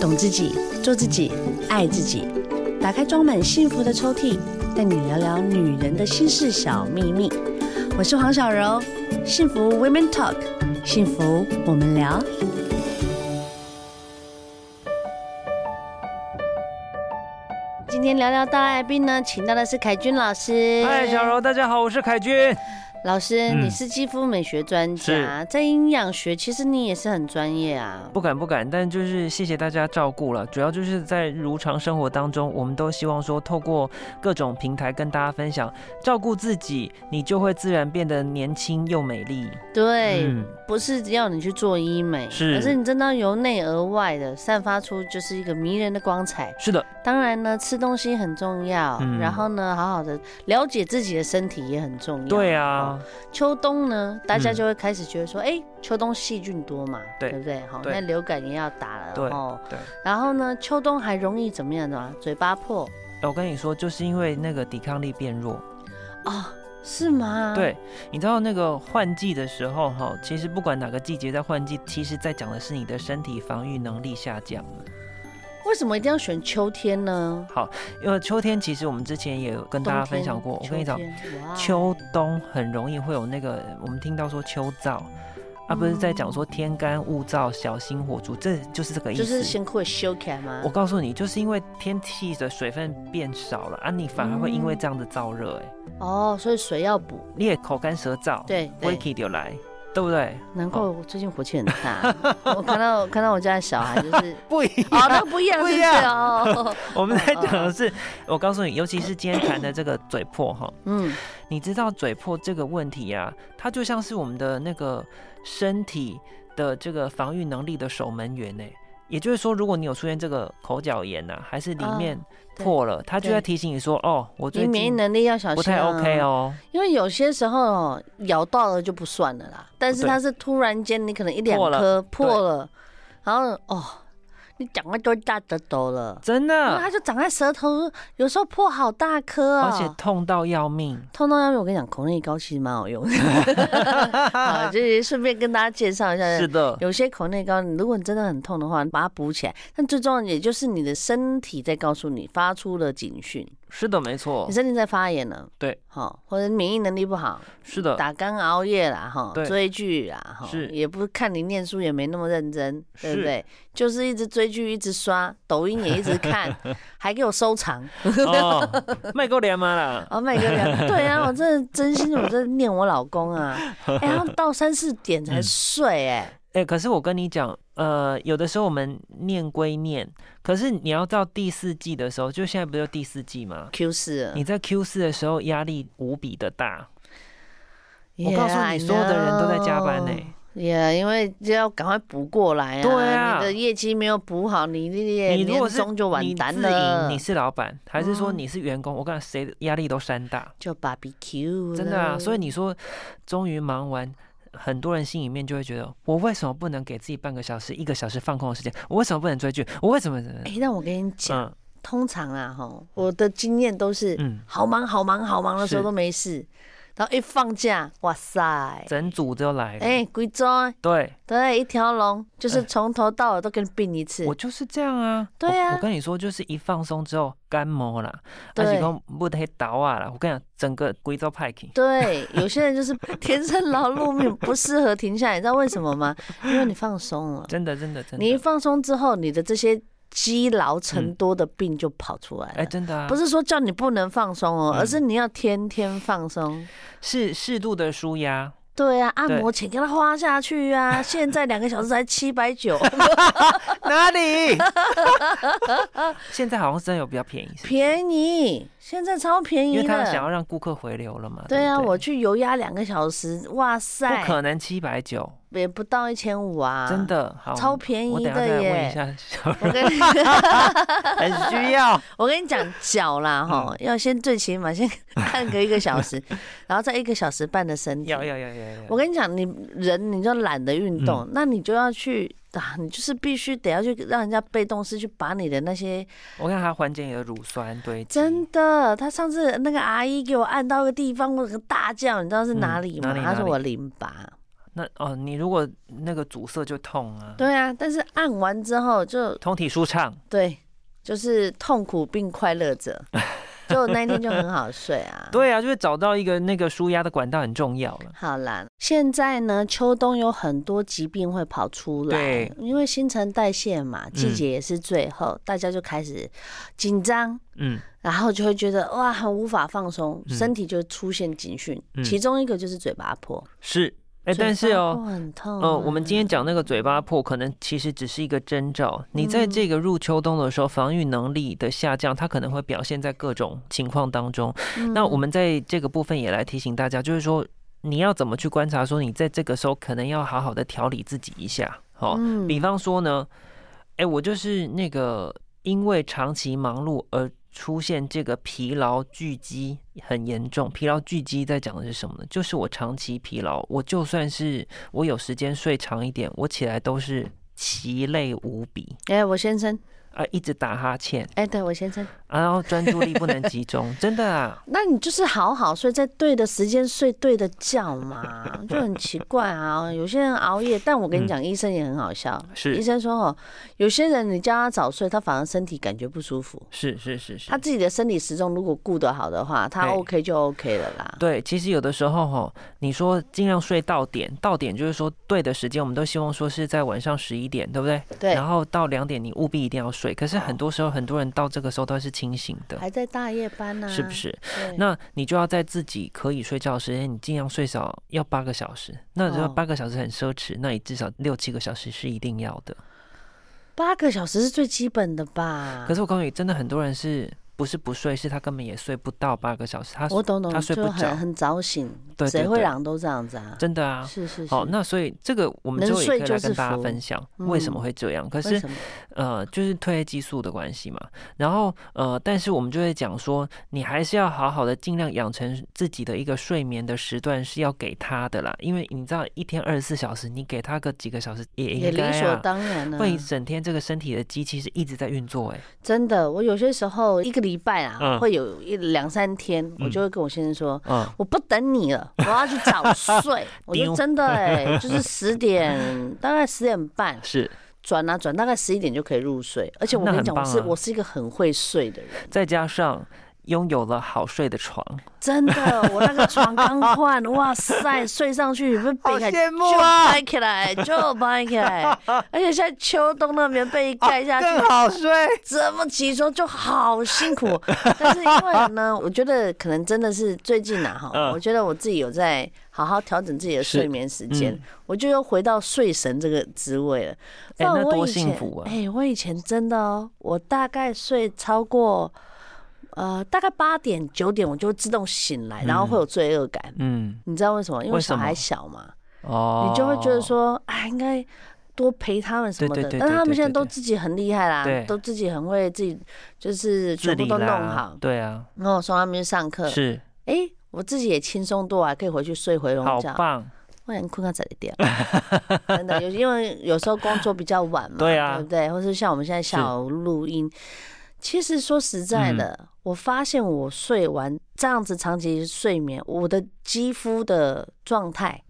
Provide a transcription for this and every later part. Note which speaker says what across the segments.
Speaker 1: 懂自己，做自己，爱自己。打开装满幸福的抽屉，带你聊聊女人的心事小秘密。我是黄小柔，幸福 Women Talk，幸福我们聊。今天聊聊大爱病呢，请到的是凯君老师。
Speaker 2: 嗨，小
Speaker 1: 哎
Speaker 2: 柔，大家好，我是凯君。
Speaker 1: 老师，
Speaker 2: 嗯
Speaker 1: 你是肌肤美学专家，在营养学其实你也是很专业啊。
Speaker 2: 不敢不敢，但就是谢谢大家照顾了。主要就是在如常生活当中，我们都希望说，透过各种平台跟大家分享，照顾自己，你就会自然变得年轻又美丽。嗯
Speaker 1: 对，，不是要你去做医美，
Speaker 2: 是
Speaker 1: 而是你真的由内而外的散发出就是一个迷人的光彩。
Speaker 2: 是的，
Speaker 1: 当然呢，吃东西很重要，
Speaker 2: 嗯
Speaker 1: 然后呢，好好的了解自己的身体也很重要。
Speaker 2: 对啊，
Speaker 1: 秋冬呢，大家
Speaker 2: 嗯
Speaker 1: 就会开始觉得说，哎、秋冬细菌多嘛，
Speaker 2: 对
Speaker 1: 不对？好，
Speaker 2: 对
Speaker 1: 那流感也要打了，
Speaker 2: 对
Speaker 1: 哦。
Speaker 2: 对。
Speaker 1: 然后呢，秋冬还容易怎么样呢？嘴巴破
Speaker 2: 哎我跟你说，就是因为那个抵抗力变弱。
Speaker 1: 哦，是吗？，
Speaker 2: 对，你知道那个换季的时候哈，其实不管哪个季节在换季，其实在讲的是你的身体防御能力下降了。
Speaker 1: 为什么一定要选秋天呢？
Speaker 2: 因为秋天其实我们之前也有跟大家分享过，我跟你讲
Speaker 1: 冬，天，哇
Speaker 2: 秋冬很容易会有那个，我们听到说秋燥，啊，不是在讲说天干物燥，小心火烛，这就是这个意思。
Speaker 1: 就是先会修起来吗
Speaker 2: 我？告诉你，就是因为天气的水分变少了啊，你反而会因为
Speaker 1: 嗯
Speaker 2: 这样的燥热、哎、
Speaker 1: 哦，所以水要补，
Speaker 2: 你也口干舌燥，
Speaker 1: 对对
Speaker 2: w i k y 就来，对不对？
Speaker 1: 难怪我最近火气很 大。我看到看到我家的小孩就是，
Speaker 2: 不一样
Speaker 1: 哦，那不一样，
Speaker 2: 不
Speaker 1: 是
Speaker 2: 一
Speaker 1: 不
Speaker 2: 样
Speaker 1: 是哦？
Speaker 2: 我们在讲的是，我告诉你，尤其是今天谈的这个嘴破哈，
Speaker 1: 嗯，
Speaker 2: 你知道嘴破这个问题啊，它就像是我们的那个身体的这个防御能力的守门员呢、也就是说，如果你有出现这个口角炎呐、还是里面
Speaker 1: 啊对
Speaker 2: 破了，它就
Speaker 1: 对
Speaker 2: 在提醒你说，哦，我
Speaker 1: 你
Speaker 2: 最
Speaker 1: 免疫
Speaker 2: 近
Speaker 1: 能力要小心、啊，
Speaker 2: 不太 OK。哦。
Speaker 1: 因为有些时候哦咬到了就不算了啦，但是
Speaker 2: 对
Speaker 1: 它是突然间你可能一两
Speaker 2: 破了
Speaker 1: 颗哦破了，然后哦，你讲话都大舌头了，
Speaker 2: 真
Speaker 1: 然后
Speaker 2: 的，
Speaker 1: 它就长在舌头，有时候破好大颗啊、
Speaker 2: 而且痛到要命。
Speaker 1: 通通要用，我跟你讲，口内膏其实蛮好用的。 好，就是顺便跟大家介绍一下，
Speaker 2: 是的，
Speaker 1: 呃有些口内膏，如果你真的很痛的话，你把它补起来。但最重要的也就是你的身体在告诉你，发出了警讯，
Speaker 2: 是的，没错
Speaker 1: 你，身体在发炎了。
Speaker 2: 哦对，
Speaker 1: 好，或者免疫能力不好，
Speaker 2: 是的，
Speaker 1: 打肝熬夜啦，哈，
Speaker 2: 对
Speaker 1: 追剧啦，哈，
Speaker 2: 是
Speaker 1: 也不看你念书也没那么认真，对不
Speaker 2: 是
Speaker 1: 对？就是一直追剧，一直刷抖音，也一直 看，还给我收藏。
Speaker 2: 哦， 卖够脸吗啦？
Speaker 1: 哦，每个人对啊，我真的真心，我真的念我老公 啊，哎、他到三四点才睡、哎、
Speaker 2: 哎、可是我跟你讲，呃，有的时候我们念归念，可是你要到第四季的时候，就现在不就第四季吗？
Speaker 1: q 四，
Speaker 2: 你在 Q 四的时候压力无比的大，我
Speaker 1: Yeah，
Speaker 2: 告诉
Speaker 1: I
Speaker 2: 你，所有的人都在加班哎欸呢、
Speaker 1: know。也因为就要赶快补过来啊！
Speaker 2: 对啊
Speaker 1: 你的业绩没有补好，你你
Speaker 2: 你如果
Speaker 1: 年
Speaker 2: 是
Speaker 1: 终就完
Speaker 2: 你
Speaker 1: 蛋
Speaker 2: 自
Speaker 1: 了。
Speaker 2: 营，你是老板，还是说
Speaker 1: 嗯
Speaker 2: 你是员工？我告诉你，谁的压力都山大，
Speaker 1: 就 barbecue，
Speaker 2: 真的啊！所以
Speaker 1: 你
Speaker 2: 你说，终于忙完。很多人心里面就会觉得，我为什么不能给自己半个小时、一个小时放空的时间？我为什么不能追剧？我为什么？
Speaker 1: 哎、那我跟你讲，
Speaker 2: 嗯
Speaker 1: 通常啊，哈，我的经验都是
Speaker 2: 嗯，
Speaker 1: 好忙、好忙、好忙的时候
Speaker 2: 是
Speaker 1: 都没事，然后一放假，哇塞，
Speaker 2: 整组就来了。
Speaker 1: 哎、贵州啊
Speaker 2: 对，
Speaker 1: 对，一条龙就是从头到尾都跟你并一次
Speaker 2: 嗯我。就是这样啊。
Speaker 1: 对
Speaker 2: 我
Speaker 1: 啊
Speaker 2: 我跟你说，就是一放松之后干毛啦，而
Speaker 1: 对
Speaker 2: 且讲不得倒啊啦。我跟你讲，整个贵州派去。
Speaker 1: 对，有些人就是天生劳碌命，不适合停下来，你知道为什么吗？因为你放松了，
Speaker 2: 真的，真的，真的。
Speaker 1: 你一放松之后，你的这些积劳成
Speaker 2: 嗯
Speaker 1: 多的病就跑出来
Speaker 2: 哎，
Speaker 1: 了。
Speaker 2: 真的啊，
Speaker 1: 不是说叫你不能放松哦，而
Speaker 2: 嗯
Speaker 1: 是你要天天放松。
Speaker 2: 是适度的舒压，
Speaker 1: 对啊，按
Speaker 2: 对
Speaker 1: 摩钱给它花下去 啊！现在两个小时才七百九，
Speaker 2: 哪里？ 现在好像真的有比较便宜，是不是
Speaker 1: 便宜，现在超便
Speaker 2: 因
Speaker 1: 宜
Speaker 2: 为他想
Speaker 1: 了。
Speaker 2: 要让顾客回流了嘛。
Speaker 1: 对啊，
Speaker 2: 不
Speaker 1: 我去油压两个小时，哇塞
Speaker 2: 不，可能七百九，
Speaker 1: 也不到一千五啊，
Speaker 2: 真的好
Speaker 1: 超便
Speaker 2: 我
Speaker 1: 宜
Speaker 2: 等一下
Speaker 1: 的
Speaker 2: 再问一
Speaker 1: 耶。
Speaker 2: 下小
Speaker 1: 我
Speaker 2: 柔，
Speaker 1: 跟你
Speaker 2: 很 需要。
Speaker 1: 我跟你讲脚啦哈，
Speaker 2: 嗯
Speaker 1: 要先最起码先 看个一个小时，然后再一个小时半的身体
Speaker 2: 要。要要要要。
Speaker 1: 我跟你讲，你人你就懒得运动，
Speaker 2: 嗯
Speaker 1: 那你就要去啊，你就是必须得要去让人家被动式去把你的那些
Speaker 2: 我看他缓解你的乳酸堆积。
Speaker 1: 真的，他上次那个阿姨给我按到一个地方，我有个大叫，你知道是哪
Speaker 2: 嗯
Speaker 1: 里吗？
Speaker 2: 哪里
Speaker 1: 她说
Speaker 2: 哪里
Speaker 1: 我淋巴，
Speaker 2: 那哦，你如果那个阻塞就痛啊，
Speaker 1: 对啊，但是按完之后就
Speaker 2: 通体舒畅。
Speaker 1: 对，就是痛苦并快乐 着，就那一天就很好睡啊。
Speaker 2: 对啊，就是找到一个那个舒压的管道很重要了。
Speaker 1: 好啦，现在呢，秋冬有很多疾病会跑出来
Speaker 2: 对，嗯
Speaker 1: 因为新陈代谢嘛，季节也是最后，大家就开始紧张，
Speaker 2: 嗯
Speaker 1: 然后就会觉得哇，很无法放松，
Speaker 2: 嗯
Speaker 1: 身体就出现警讯。
Speaker 2: 嗯
Speaker 1: 其中一个就是嘴巴破，
Speaker 2: 是，哎、
Speaker 1: 嘴巴
Speaker 2: 但是哦。
Speaker 1: 破很痛、啊
Speaker 2: 呃，我们今天讲那个嘴巴破，可能其实只是一个征兆。
Speaker 1: 嗯
Speaker 2: 你在这个入秋冬的时候，防御能力的下降，它可能会表现在各种情况当中。
Speaker 1: 嗯
Speaker 2: 那我们在这个部分也来提醒大家，就是说你要怎么去观察，说你在这个时候可能要好好的调理自己一下。哦，
Speaker 1: 嗯
Speaker 2: 比方说呢，哎，我就是那个因为长期忙碌而出现这个疲劳聚集很严重。疲劳聚集在讲的是什么呢？就是我长期疲劳，我就算是我有时间睡长一点，我起来都是疲累无比，
Speaker 1: 哎、我先生，
Speaker 2: 啊，一直打哈欠，
Speaker 1: 哎、对我先生，
Speaker 2: 啊然后专注力不能集中，真的 啊。
Speaker 1: 那你就是好好睡，在对的时间睡对的觉嘛，就很奇怪啊。有些人熬夜，但我
Speaker 2: 嗯
Speaker 1: 跟你讲，医生也很好笑。
Speaker 2: 是
Speaker 1: 医生说哦，有些人你叫他早睡，他反而身体感觉不舒服。
Speaker 2: 是是是是
Speaker 1: 他，自己的身体时钟如果顾得好的话，他
Speaker 2: 对
Speaker 1: OK 就 OK 了啦。
Speaker 2: 对，其实有的时候哈，你说尽量睡到点，到点就是说对的时间，我们都希望说是在晚上十一点，对不对？
Speaker 1: 对，
Speaker 2: 然后到两点你务必一定要睡，可是很多时候很多人到这个时候都是清醒的，
Speaker 1: 还在大夜班呢、
Speaker 2: 是不？是？
Speaker 1: 对
Speaker 2: 那你就要在自己可以睡觉的时间，你尽量睡少要八个小时。那如果
Speaker 1: 哦
Speaker 2: 八个小时很奢侈，那你至少六七个小时是一定要的。
Speaker 1: 八个小时是最基本的吧？
Speaker 2: 可是我告诉你，真的很多人是不是不睡，是他根本也睡不到八个小时，他
Speaker 1: 我懂懂，
Speaker 2: 他睡不
Speaker 1: 就
Speaker 2: 着
Speaker 1: 很很早醒，
Speaker 2: 对对
Speaker 1: 谁会
Speaker 2: 对
Speaker 1: 朗都这样子啊？
Speaker 2: 真的啊。
Speaker 1: 是是是。
Speaker 2: 好，那所以这个我们
Speaker 1: 能
Speaker 2: 之后也可
Speaker 1: 睡
Speaker 2: 以
Speaker 1: 就
Speaker 2: 来跟
Speaker 1: 是
Speaker 2: 大家
Speaker 1: 福
Speaker 2: 分享为什
Speaker 1: 嗯
Speaker 2: 么会这样。可
Speaker 1: 为
Speaker 2: 是
Speaker 1: 什么？
Speaker 2: 呃，就是褪黑激素的关系嘛。然后呃，但是我们就会讲说，你还是要好好的尽量养成自己的一个睡眠的时段是要给他的啦，因为你知道一天二十四小时，你给他个几个小时也
Speaker 1: 也
Speaker 2: 应
Speaker 1: 理
Speaker 2: 该
Speaker 1: 所
Speaker 2: 啊。
Speaker 1: 当然了、
Speaker 2: 不然你整天这个身体的机器是一直在运作、哎，
Speaker 1: 真的，我有些时候一个礼拜啊，
Speaker 2: 嗯
Speaker 1: 会有一两三天，我就会跟我先生说。
Speaker 2: 嗯，
Speaker 1: 我不等你了，我要去早 睡。我
Speaker 2: 丢
Speaker 1: 说真的哎、 就是十点，大概十点半
Speaker 2: 是
Speaker 1: 转啊转，大概十一点就可以入睡。而且我
Speaker 2: 那
Speaker 1: 跟你
Speaker 2: 很
Speaker 1: 讲，
Speaker 2: 棒
Speaker 1: 我是
Speaker 2: 啊
Speaker 1: 我是一个很会睡的人，
Speaker 2: 再加上拥有了好睡的床，
Speaker 1: 真的。我那个床刚换，哇 塞，睡上去被被
Speaker 2: 好
Speaker 1: 盖
Speaker 2: 羡慕
Speaker 1: 就
Speaker 2: 啊
Speaker 1: 拍起来，就拍起来。 而且现在秋冬的棉被一盖下去，
Speaker 2: 好睡。
Speaker 1: 这么集中就好辛 苦，但是因为呢，我觉得可能真的是最近啊哈，
Speaker 2: 嗯
Speaker 1: 我觉得我自己有在好好调整自己的
Speaker 2: 是
Speaker 1: 睡眠时间，
Speaker 2: 嗯
Speaker 1: 我就又回到睡神这个职位了。
Speaker 2: 哎
Speaker 1: 不然
Speaker 2: 那
Speaker 1: 我
Speaker 2: 多
Speaker 1: 以前
Speaker 2: 幸福啊
Speaker 1: 哎、我以前真的哦，我大概睡超过呃大概八点九点，我就自动醒来，然后会有罪恶感。
Speaker 2: 嗯，
Speaker 1: 你知道为什么？因为
Speaker 2: 为什
Speaker 1: 小
Speaker 2: 么
Speaker 1: 孩小嘛，
Speaker 2: 哦，
Speaker 1: 你就会觉得，说，哎，应该多陪他们什么
Speaker 2: 对
Speaker 1: 的。
Speaker 2: 对对
Speaker 1: 但是他们
Speaker 2: 对对
Speaker 1: 现在
Speaker 2: 对
Speaker 1: 都自己很厉害
Speaker 2: 对
Speaker 1: 啦，都自己很会自己，就是
Speaker 2: 自
Speaker 1: 全部
Speaker 2: 理
Speaker 1: 都弄
Speaker 2: 啦
Speaker 1: 好，
Speaker 2: 对啊，
Speaker 1: 然后我送他们去上课。
Speaker 2: 是，
Speaker 1: 哎，我自己也轻松多啊，可以回去睡回笼
Speaker 2: 好
Speaker 1: 觉。
Speaker 2: 棒，
Speaker 1: 我想困到早一 点，真的，有因为有时候工作比较晚嘛，
Speaker 2: 对啊
Speaker 1: 对不对？或是像我们现在下午录音，其实说实在的，
Speaker 2: 嗯
Speaker 1: 我发现我睡完这样子长期睡眠，我的肌肤的状态，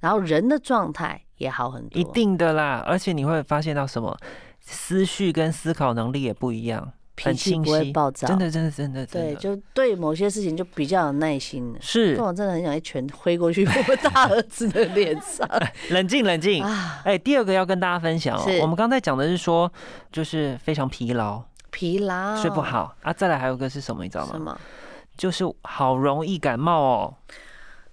Speaker 1: 然后人的状态也好很多，
Speaker 2: 一定的啦，而且你会发现到什么，思绪跟思考能力也不一样，
Speaker 1: 脾
Speaker 2: 很
Speaker 1: 气
Speaker 2: 清
Speaker 1: 不会
Speaker 2: 晰，
Speaker 1: 暴躁，
Speaker 2: 真的，真的，真的，真
Speaker 1: 啊对，
Speaker 2: 的
Speaker 1: 就对某些事情就比较有耐心了。
Speaker 2: 是
Speaker 1: 但我真的很想一拳挥过去我大儿子的脸 上
Speaker 2: 冷静冷静。
Speaker 1: 啊！
Speaker 2: 哎，第二个要跟大家分享哦
Speaker 1: 是，
Speaker 2: 我们刚才讲的是说，就是非常疲劳，
Speaker 1: 疲劳，
Speaker 2: 睡不，好啊。再来还有一个是什么，你知道
Speaker 1: 哦什
Speaker 2: 吗？
Speaker 1: 么？
Speaker 2: 就是好容易感冒哦。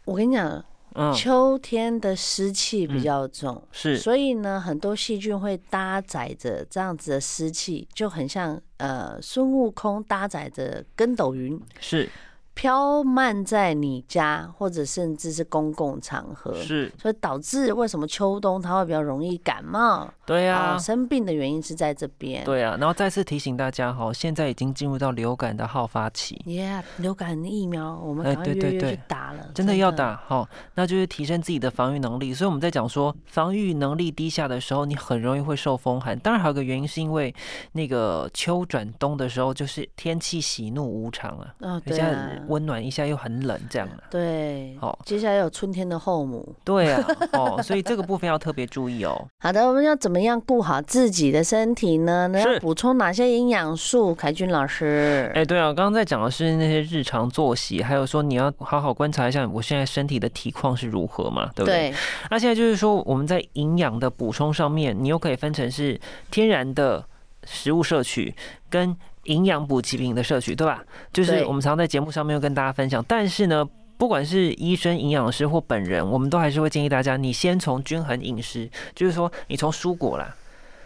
Speaker 1: 我跟你讲，
Speaker 2: 嗯，
Speaker 1: 秋天的湿气比较重，
Speaker 2: 是
Speaker 1: 所以呢，很多细菌会搭载着这样子的湿气，就很像呃孙悟空搭载着跟斗云，
Speaker 2: 是
Speaker 1: 飘漫在你家或者甚至是公共场合。
Speaker 2: 是，
Speaker 1: 所以导致为什么秋冬它会比较容易感冒、
Speaker 2: 对
Speaker 1: 啊
Speaker 2: 啊。
Speaker 1: 生病的原因是在这边。
Speaker 2: 对啊，然后再次提醒大家哈，现在已经进入到流感的好发期，
Speaker 1: ，Yeah，流感疫苗我们
Speaker 2: 哎
Speaker 1: 赶快
Speaker 2: 对
Speaker 1: 约
Speaker 2: 对
Speaker 1: 约
Speaker 2: 对
Speaker 1: 去打了，
Speaker 2: 真的要打哈、齁那就是提升自己的防御能力。所以我们在讲说，防御能力低下的时候，你很容易会受风寒。当然，还有个原因是因为那个秋转冬的时候，就是天气喜怒无常啊。
Speaker 1: 哦，
Speaker 2: 人
Speaker 1: 对
Speaker 2: 家
Speaker 1: 啊，
Speaker 2: 温暖，一下又很冷，这样啊。
Speaker 1: 对，
Speaker 2: 哦，
Speaker 1: 接下来有春天的后母。
Speaker 2: 对啊，哦，所以这个部分要特别注意哦。
Speaker 1: 好的，我们要怎么样顾好自己的身体呢？那要
Speaker 2: 是
Speaker 1: 补充哪些营养素？凯军老师，
Speaker 2: 哎， 对啊，我刚刚在讲的是那些日常作息，还有说你要好好观察一下我现在身体的体况是如何嘛，对不对？
Speaker 1: 对，
Speaker 2: 那现在就是说，我们在营养的补充上面，你又可以分成是天然的食物摄取跟营养补给品的摄取，对吧？就是
Speaker 1: 对
Speaker 2: 我们常在节目上面又跟大家分享，但是呢。不管是医生、营养师或本人，我们都还是会建议大家，你先从均衡饮食，就是说你从蔬果啦，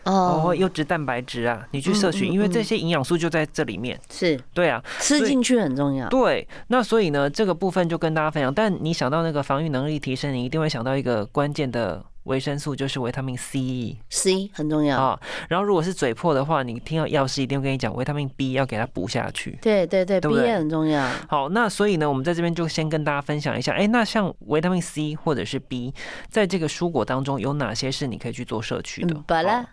Speaker 2: 哦，或优质蛋白质啊，你去摄取，
Speaker 1: 嗯嗯
Speaker 2: 因为
Speaker 1: 嗯
Speaker 2: 这些营养素就在这里面。
Speaker 1: 是
Speaker 2: 对啊，
Speaker 1: 吃
Speaker 2: 所以
Speaker 1: 进去很重要。
Speaker 2: 对，那所以呢，这个部分就跟大家分享。但你想到那个防御能力提升，你一定会想到一个关键的维生素，就是维他命 C
Speaker 1: C 很重
Speaker 2: 啊、
Speaker 1: 要。
Speaker 2: 然后如果是嘴破的话，你听到药师一定会跟你讲，维他命 B 要给它补下去。
Speaker 1: 对对对
Speaker 2: 对
Speaker 1: ，B
Speaker 2: 不对
Speaker 1: 也很重要。
Speaker 2: 好，那所以呢，我们在这边就先跟大家分享一下，哎，那像维他命 C 或者是 B，在这个蔬果当中有哪些是你可以去做摄取的？
Speaker 1: 嗯巴拉
Speaker 2: 哦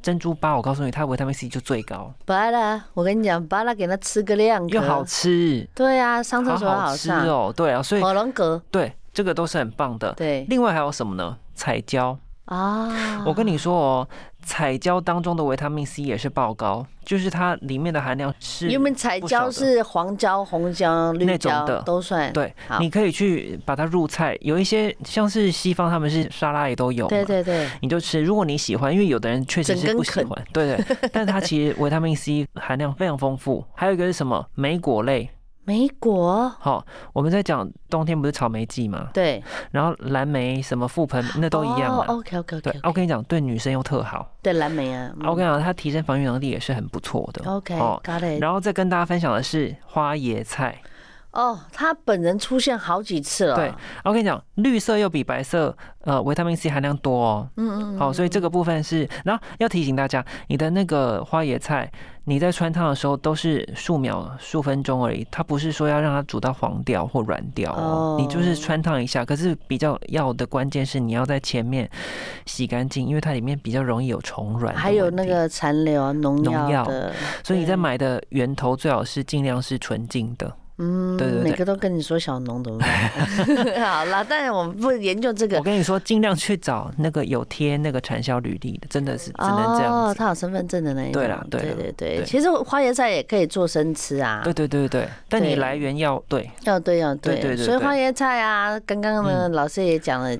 Speaker 2: 珍珠巴，我告诉你，它维他命 C 就最高，
Speaker 1: 巴拉，我跟你讲，巴拉给它吃个量
Speaker 2: 又
Speaker 1: 壳，
Speaker 2: 哎好吃，
Speaker 1: 对啊，上厕所
Speaker 2: 好
Speaker 1: 好
Speaker 2: 吃
Speaker 1: 上，
Speaker 2: 哦，对啊，所以
Speaker 1: 火龙果，
Speaker 2: 对这个都是很棒的。
Speaker 1: 对
Speaker 2: 另外还有什么呢？彩椒，
Speaker 1: 啊，
Speaker 2: 我跟你说哦，彩椒当中的维他命 C 也是爆高，就是它里面的含量是，
Speaker 1: 因为彩椒
Speaker 2: 不少的
Speaker 1: 是黄椒、红椒、绿
Speaker 2: 那种
Speaker 1: 椒
Speaker 2: 的
Speaker 1: 都算，
Speaker 2: 对
Speaker 1: 好，
Speaker 2: 你可以去把它入菜，有一些像是西方他们是沙拉也都有，
Speaker 1: 对，对对，
Speaker 2: 你就吃。如果你喜欢，因为有的人确实
Speaker 1: 整
Speaker 2: 是
Speaker 1: 根
Speaker 2: 不喜
Speaker 1: 啃
Speaker 2: 欢，对 对，但是它其实维他命 C 含量非常丰富。还有一个是什么？莓果类，
Speaker 1: 莓果，
Speaker 2: 好、我们在讲冬天不是草莓季嘛，
Speaker 1: 对，
Speaker 2: 然后蓝莓什么覆盆那都一样嘛。
Speaker 1: OK OK
Speaker 2: 对
Speaker 1: OK，
Speaker 2: 啊我跟你讲，对女生又特好。
Speaker 1: 对蓝莓啊
Speaker 2: 啊我跟你讲，它提升防御能力也是很不错的。哦
Speaker 1: ，OK，Got it。
Speaker 2: 然后再跟大家分享的是花椰菜。
Speaker 1: 哦，他本人出现好几次了，
Speaker 2: 对，啊我跟你讲，绿色又比白色，呃，维他命 C 含量多哦。
Speaker 1: 嗯，嗯嗯，
Speaker 2: 好、所以这个部分是，然后要提醒大家，你的那个花椰菜，你在穿烫的时候都是数秒、数分钟而已，它不是说要让它煮到黄掉或软掉哦，你就是
Speaker 1: 哦
Speaker 2: 穿烫一下。可是比较要的关键是你要在前面洗干净，因为它里面比较容易有虫卵，
Speaker 1: 还有那。个残留啊，农
Speaker 2: 农
Speaker 1: 药
Speaker 2: 药
Speaker 1: 的，
Speaker 2: 所以你在
Speaker 1: 对
Speaker 2: 买的源头最好是尽量是纯净的。
Speaker 1: 嗯，
Speaker 2: 对对对
Speaker 1: 每个都跟你说小农怎么 办？好啦，但是我们不研究这个
Speaker 2: 我。跟你说，尽量去找那个有贴那个产销履历的，真的是 只能这样
Speaker 1: 哦，
Speaker 2: 子。
Speaker 1: 他有身份证的那一种，
Speaker 2: 对啦对
Speaker 1: 对
Speaker 2: 啦
Speaker 1: 对对
Speaker 2: 对
Speaker 1: 其实花椰菜也可以做生吃啊，
Speaker 2: 对对对对对，但
Speaker 1: 对
Speaker 2: 你来源要对，
Speaker 1: 要对要
Speaker 2: 对对对嗯
Speaker 1: 所以
Speaker 2: 对
Speaker 1: 花椰菜啊，刚刚呢老师也讲了，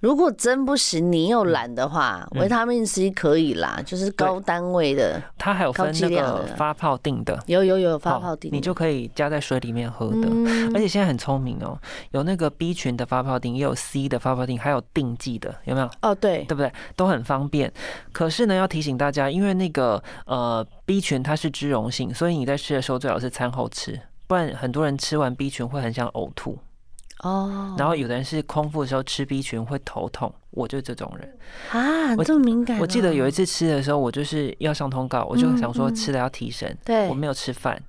Speaker 1: 如果真不行，你又懒的话，
Speaker 2: 嗯
Speaker 1: 维他命 C 可以啦，就是高单位的，
Speaker 2: 它还有
Speaker 1: 高
Speaker 2: 分
Speaker 1: 剂
Speaker 2: 那
Speaker 1: 量
Speaker 2: 个
Speaker 1: 的
Speaker 2: 发泡定的，
Speaker 1: 有有有发
Speaker 2: 哦
Speaker 1: 泡定，
Speaker 2: 你就可以加在水里面喝的。
Speaker 1: 嗯
Speaker 2: 而且现在很聪明哦，有那个 B 群的发泡定，也有 C 的发泡定，还有定剂的，有没有？
Speaker 1: 哦对
Speaker 2: 对不对？都很方便。可是呢，要提醒大家，因为那个呃 B 群它是脂溶性，所以你在吃的时候最好是餐后吃，不然很多人吃完 B 群会很想呕吐。
Speaker 1: 哦，
Speaker 2: 然后有的人是空腹的时候吃 B 群会头痛，我就是这种人。
Speaker 1: 啊
Speaker 2: 我
Speaker 1: 这么敏感啊，
Speaker 2: 我记得有一次吃的时候，我就是要上通告，我就想说吃的要提神，
Speaker 1: 嗯对
Speaker 2: 我没有吃饭，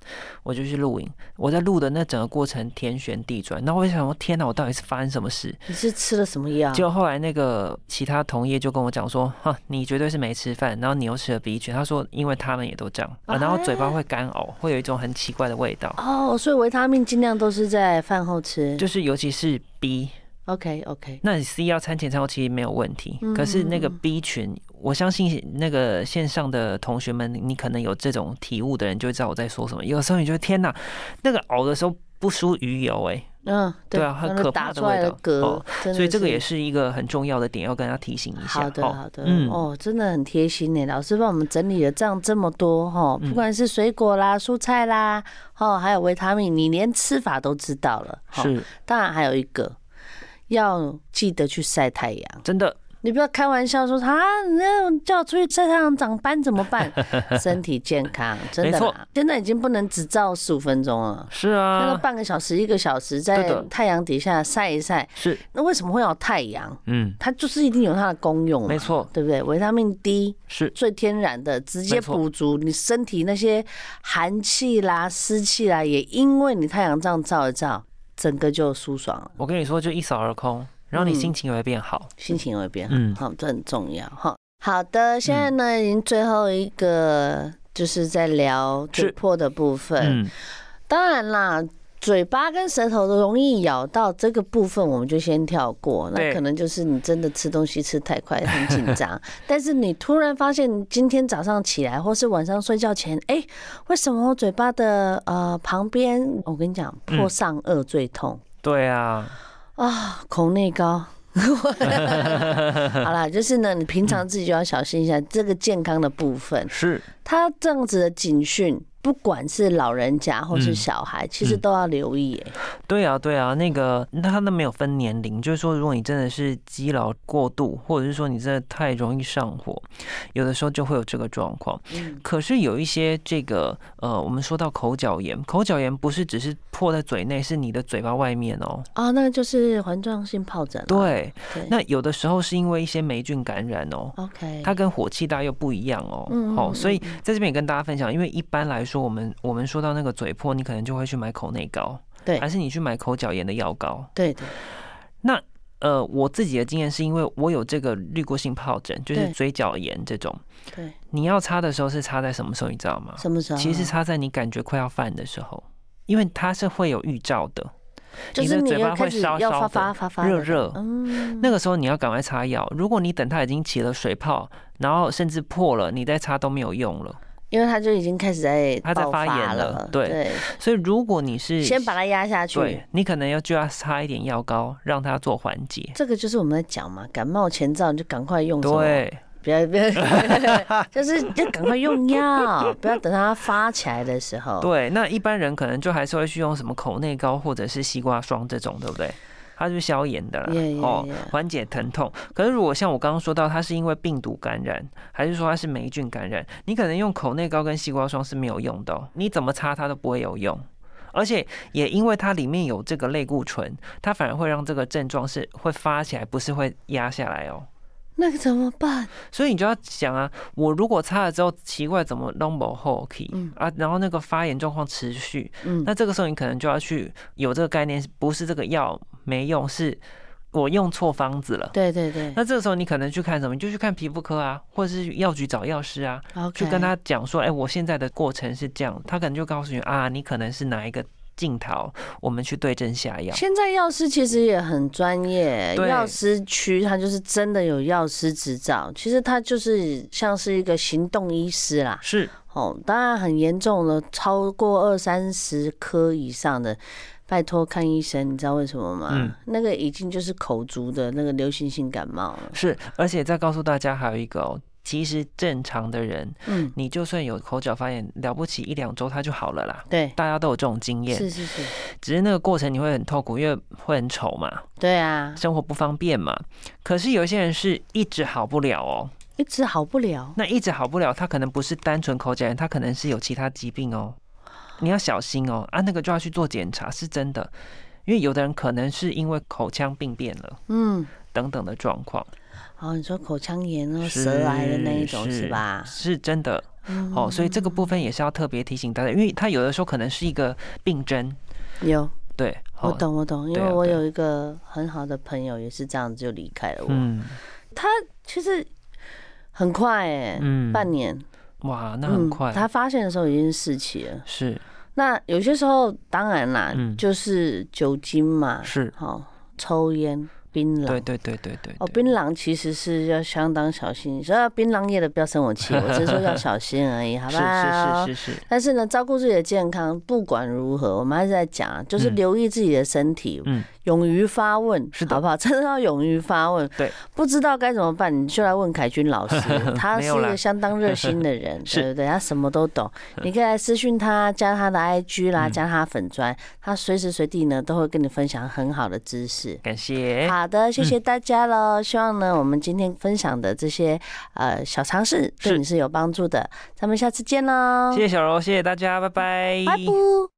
Speaker 2: 我就去露营。我在录的那整个过程天旋地转，那我就想说天哪，我到底是发生什么事？
Speaker 1: 你是吃了什么药？
Speaker 2: 结果后来那个其他同业就跟我讲说，哈，你绝对是没吃饭，然后你又吃了 B 群。他说因为他们也都这样，啊、然后嘴巴会干呕，会有一种很奇怪的味道，
Speaker 1: 哦，所以维他命尽量都是在饭后吃
Speaker 2: 就是尤其是 B。
Speaker 1: ，OK OK，
Speaker 2: 那你 C 要餐前餐后其实没有问题，
Speaker 1: 嗯
Speaker 2: 可是那个
Speaker 1: 嗯嗯
Speaker 2: B 群，我相信那个线上的同学们，你可能有这种体悟的人就会知道我在说什么。有时候你觉得天哪，那个熬的时候不输鱼油哎、
Speaker 1: 嗯，
Speaker 2: 对啊很
Speaker 1: 那
Speaker 2: 可
Speaker 1: 打
Speaker 2: 怕的
Speaker 1: 出来
Speaker 2: 味
Speaker 1: 的
Speaker 2: 道
Speaker 1: 嗝，
Speaker 2: 哦
Speaker 1: 真的
Speaker 2: 所以这个也是一个很重要的点，要跟大家提醒一下。
Speaker 1: 好的，
Speaker 2: 哦
Speaker 1: 好的，
Speaker 2: 嗯
Speaker 1: 哦，真的很贴心呢。老师帮我们整理了这样这么多哈，不
Speaker 2: 嗯
Speaker 1: 管是水果啦、蔬菜啦，哦，还有维他命，你连吃法都知道了。齁，
Speaker 2: 是
Speaker 1: 当然还有一个。要记得去晒太阳，
Speaker 2: 真的，
Speaker 1: 你不要开玩笑说啊，那叫我出去晒太阳长斑怎么 办？身体健康真的
Speaker 2: 没错
Speaker 1: 啦，现在已经不能只照十五分钟了，
Speaker 2: 是
Speaker 1: 那个
Speaker 2: 啊，
Speaker 1: 半个小时一个小时
Speaker 2: 对
Speaker 1: 在
Speaker 2: 的
Speaker 1: 太阳底下晒一晒，
Speaker 2: 是，
Speaker 1: 那为什么会有太阳？
Speaker 2: 嗯，
Speaker 1: 它就是一定有它的功用嘛，啊
Speaker 2: 没错，
Speaker 1: 对不对？维他命 D
Speaker 2: 是
Speaker 1: 最天然的，直接
Speaker 2: 没错
Speaker 1: 补足你身体那些寒气啦、湿气啦，也因为你太阳这样照一照，整个就舒爽了，
Speaker 2: 我跟你说，就一扫而空，然后你
Speaker 1: 嗯
Speaker 2: 心情也会变好。
Speaker 1: 心情也会变好。
Speaker 2: 嗯
Speaker 1: 好，这很重要哈。好的，现在呢，已经最后一个就是在聊
Speaker 2: 是
Speaker 1: 嘴破的部分。
Speaker 2: 嗯，
Speaker 1: 当然啦，嘴巴跟舌头容易咬到这个部分，我们就先跳过。那
Speaker 2: 对
Speaker 1: 可能就是你真的吃东西吃太快，很紧 张。但是你突然发现，你今天早上起来或是晚上睡觉前，哎、为什么我嘴巴的呃旁边，我跟你讲，
Speaker 2: 嗯
Speaker 1: 破上颚最痛。
Speaker 2: 对啊，
Speaker 1: 啊，口内 高。好啦，就是呢，你平常自己就要小心一下这个健康的部分。
Speaker 2: 是
Speaker 1: 他这样子的警讯，不管是老人家或是
Speaker 2: 嗯
Speaker 1: 小孩，其实
Speaker 2: 嗯
Speaker 1: 都要留意、欸。
Speaker 2: 对啊，对啊，那个那他那没有分年龄，就是说，如果你真的是积劳过度，或者是说你真的太容易上火，有的时候就会有这个状况。
Speaker 1: 嗯
Speaker 2: 可是有一些这个呃，我们说到口角炎，口角炎不是只是破在嘴内，是你的嘴巴外面哦。
Speaker 1: 啊，那个就是环状性疱疹啦。啊
Speaker 2: 对，
Speaker 1: 对，
Speaker 2: 那有的时候是因为一些霉菌感染哦。
Speaker 1: OK，
Speaker 2: 它跟火气大又不一样哦，
Speaker 1: 嗯
Speaker 2: 好、
Speaker 1: 嗯
Speaker 2: 所以
Speaker 1: 嗯嗯
Speaker 2: 在这边也跟大家分享，因为一般来说，我们我们说到那个嘴破，你可能就会去买口内膏，
Speaker 1: 对
Speaker 2: 还是你去买口角炎的药膏，
Speaker 1: 对对
Speaker 2: 呃，我自己的经验是因为我有这个滤过性疱疹，就是
Speaker 1: 对
Speaker 2: 嘴角炎这种。
Speaker 1: 对，
Speaker 2: 你要擦的时候是擦在什么时候？你知道吗？
Speaker 1: 什么时候？啊
Speaker 2: 其实擦在你感觉快要犯的时候，因为它是会有预兆的，
Speaker 1: 就是
Speaker 2: 你
Speaker 1: 你
Speaker 2: 的嘴
Speaker 1: 又
Speaker 2: 巴
Speaker 1: 开
Speaker 2: 会
Speaker 1: 始
Speaker 2: 烧
Speaker 1: 要
Speaker 2: 烧
Speaker 1: 发发
Speaker 2: 的、
Speaker 1: 发发的
Speaker 2: 热，热。
Speaker 1: 嗯，
Speaker 2: 那个时候你要赶快擦药。如果你等它已经起了水泡，然后甚至破了，你再擦都没有用了。
Speaker 1: 因为它就已经开始在
Speaker 2: 它在
Speaker 1: 爆
Speaker 2: 发炎
Speaker 1: 发
Speaker 2: 了对所以如果你是
Speaker 1: 先把它压下去。
Speaker 2: 对你可能要就要擦一点药膏，让它做缓解。
Speaker 1: 这个哦就是我们在讲嘛，感冒前兆你就赶快用什么，
Speaker 2: 对，
Speaker 1: 不要不 要，就是要赶快用药，不要等它发起来的时候。
Speaker 2: 对，那一般人可能就还是会去用什么口内膏或者是西瓜霜这种，对不对？它就是消炎的啦
Speaker 1: Yeah, yeah,
Speaker 2: 哦
Speaker 1: yeah，
Speaker 2: 缓解疼痛。可是如果像我刚刚说到，它是因为病毒感染，还是说它是霉菌感染，你可能用口内膏跟西瓜霜是没有用的、哦，你怎么擦它都不会有用。而且也因为它里面有这个类固醇，它反而会让这个症状是会发起来，不是会压下来哦。
Speaker 1: 那个怎么办？
Speaker 2: 所以你就要想啊，我如果擦了之后，奇怪怎么 normal 后 key
Speaker 1: 嗯
Speaker 2: 啊，然后那个发炎状况持续，
Speaker 1: 嗯，
Speaker 2: 那这个时候你可能就要去有这个概念，不是这个药没用，是我用错方子了。
Speaker 1: 对对对
Speaker 2: 那这个时候你可能去看什么？你就去看皮肤科啊，或者是去药局找药师啊，
Speaker 1: ，OK，
Speaker 2: 去跟他讲说，哎、我现在的过程是这样，他可能就告诉你啊，你可能是哪一个镜头，我们去对症下药。
Speaker 1: 现在药师其实也很专业，
Speaker 2: 对
Speaker 1: 药师区他就是真的有药师执照，其实他就是像是一个行动医师啦。
Speaker 2: 是，
Speaker 1: 哦，当然很严重了，超过二三十颗以上的，拜托看医生，你知道为什么吗？
Speaker 2: 嗯
Speaker 1: 那个已经就是口足的那个流行性感冒了。
Speaker 2: 是，而且再告诉大家还有一个哦，其实正常的人，
Speaker 1: 嗯，
Speaker 2: 你就算有口角发炎，了不起一两周他就好了啦。
Speaker 1: 对，
Speaker 2: 大家都有这种经验，
Speaker 1: 是是是，
Speaker 2: 只是那个过程你会很痛苦，因为会很丑嘛。
Speaker 1: 对啊，
Speaker 2: 生活不方便嘛。可是有一些人是一直好不了哦，
Speaker 1: 一直好不了。
Speaker 2: 那一直好不了，他可能不是单纯口角炎，他可能是有其他疾病哦，你要小心哦啊，那个就要去做检查，是真的。因为有的人可能是因为口腔病变了
Speaker 1: 嗯，
Speaker 2: 等等的状况，
Speaker 1: 哦，你说口腔炎哦，
Speaker 2: 是
Speaker 1: 舌癌的那一种
Speaker 2: 是
Speaker 1: 是吧？
Speaker 2: 是真的
Speaker 1: 嗯
Speaker 2: 哦，所以这个部分也是要特别提醒大家，因为它有的时候可能是一个病症，
Speaker 1: 有，
Speaker 2: 对，
Speaker 1: 我
Speaker 2: 哦，
Speaker 1: 懂我懂，因
Speaker 2: 对
Speaker 1: 为
Speaker 2: 啊
Speaker 1: 我
Speaker 2: 对啊
Speaker 1: 有一个很好的朋友也是这样子就离开了我，
Speaker 2: 嗯
Speaker 1: 其实很快哎、
Speaker 2: 嗯，
Speaker 1: 半年，嗯
Speaker 2: 哇，那很快，
Speaker 1: 他发现的时候已经是四期了。
Speaker 2: 是
Speaker 1: 那有些时候，当然啦，
Speaker 2: 嗯
Speaker 1: 就是酒精嘛，
Speaker 2: 是，
Speaker 1: 好、抽烟、槟榔。
Speaker 2: 对对对对对，
Speaker 1: 哦，
Speaker 2: 对
Speaker 1: 槟榔其实是要相当小心。所以槟榔业的不要生我气，我只是说要小心而已，好不好？
Speaker 2: 是是是是是，
Speaker 1: 但是呢，照顾自己的健康，不管如何，我们还是在讲啊，就是
Speaker 2: 嗯
Speaker 1: 留意自己的身体，
Speaker 2: 嗯
Speaker 1: 勇于发问，
Speaker 2: 是的
Speaker 1: 好不好？真的要勇于发问。
Speaker 2: 对，
Speaker 1: 不知道该怎么办，你就来问凯军老 师，他
Speaker 2: 没
Speaker 1: 是
Speaker 2: 有
Speaker 1: 一
Speaker 2: 啦
Speaker 1: 个相当热心的人，
Speaker 2: 是
Speaker 1: 对不对？他什么都懂，你可以来私讯他，加他的 IG 啦，
Speaker 2: 嗯
Speaker 1: 加他粉砖，他随时随地呢都会跟你分享很好的知识。
Speaker 2: 感谢。
Speaker 1: 好的，谢谢
Speaker 2: 嗯
Speaker 1: 大家喽！希望呢，我们今天分享的这些呃小常识对
Speaker 2: 是
Speaker 1: 你是有帮助的。咱们下次见喽，
Speaker 2: 谢谢小柔，谢谢大家，拜拜，
Speaker 1: 拜拜。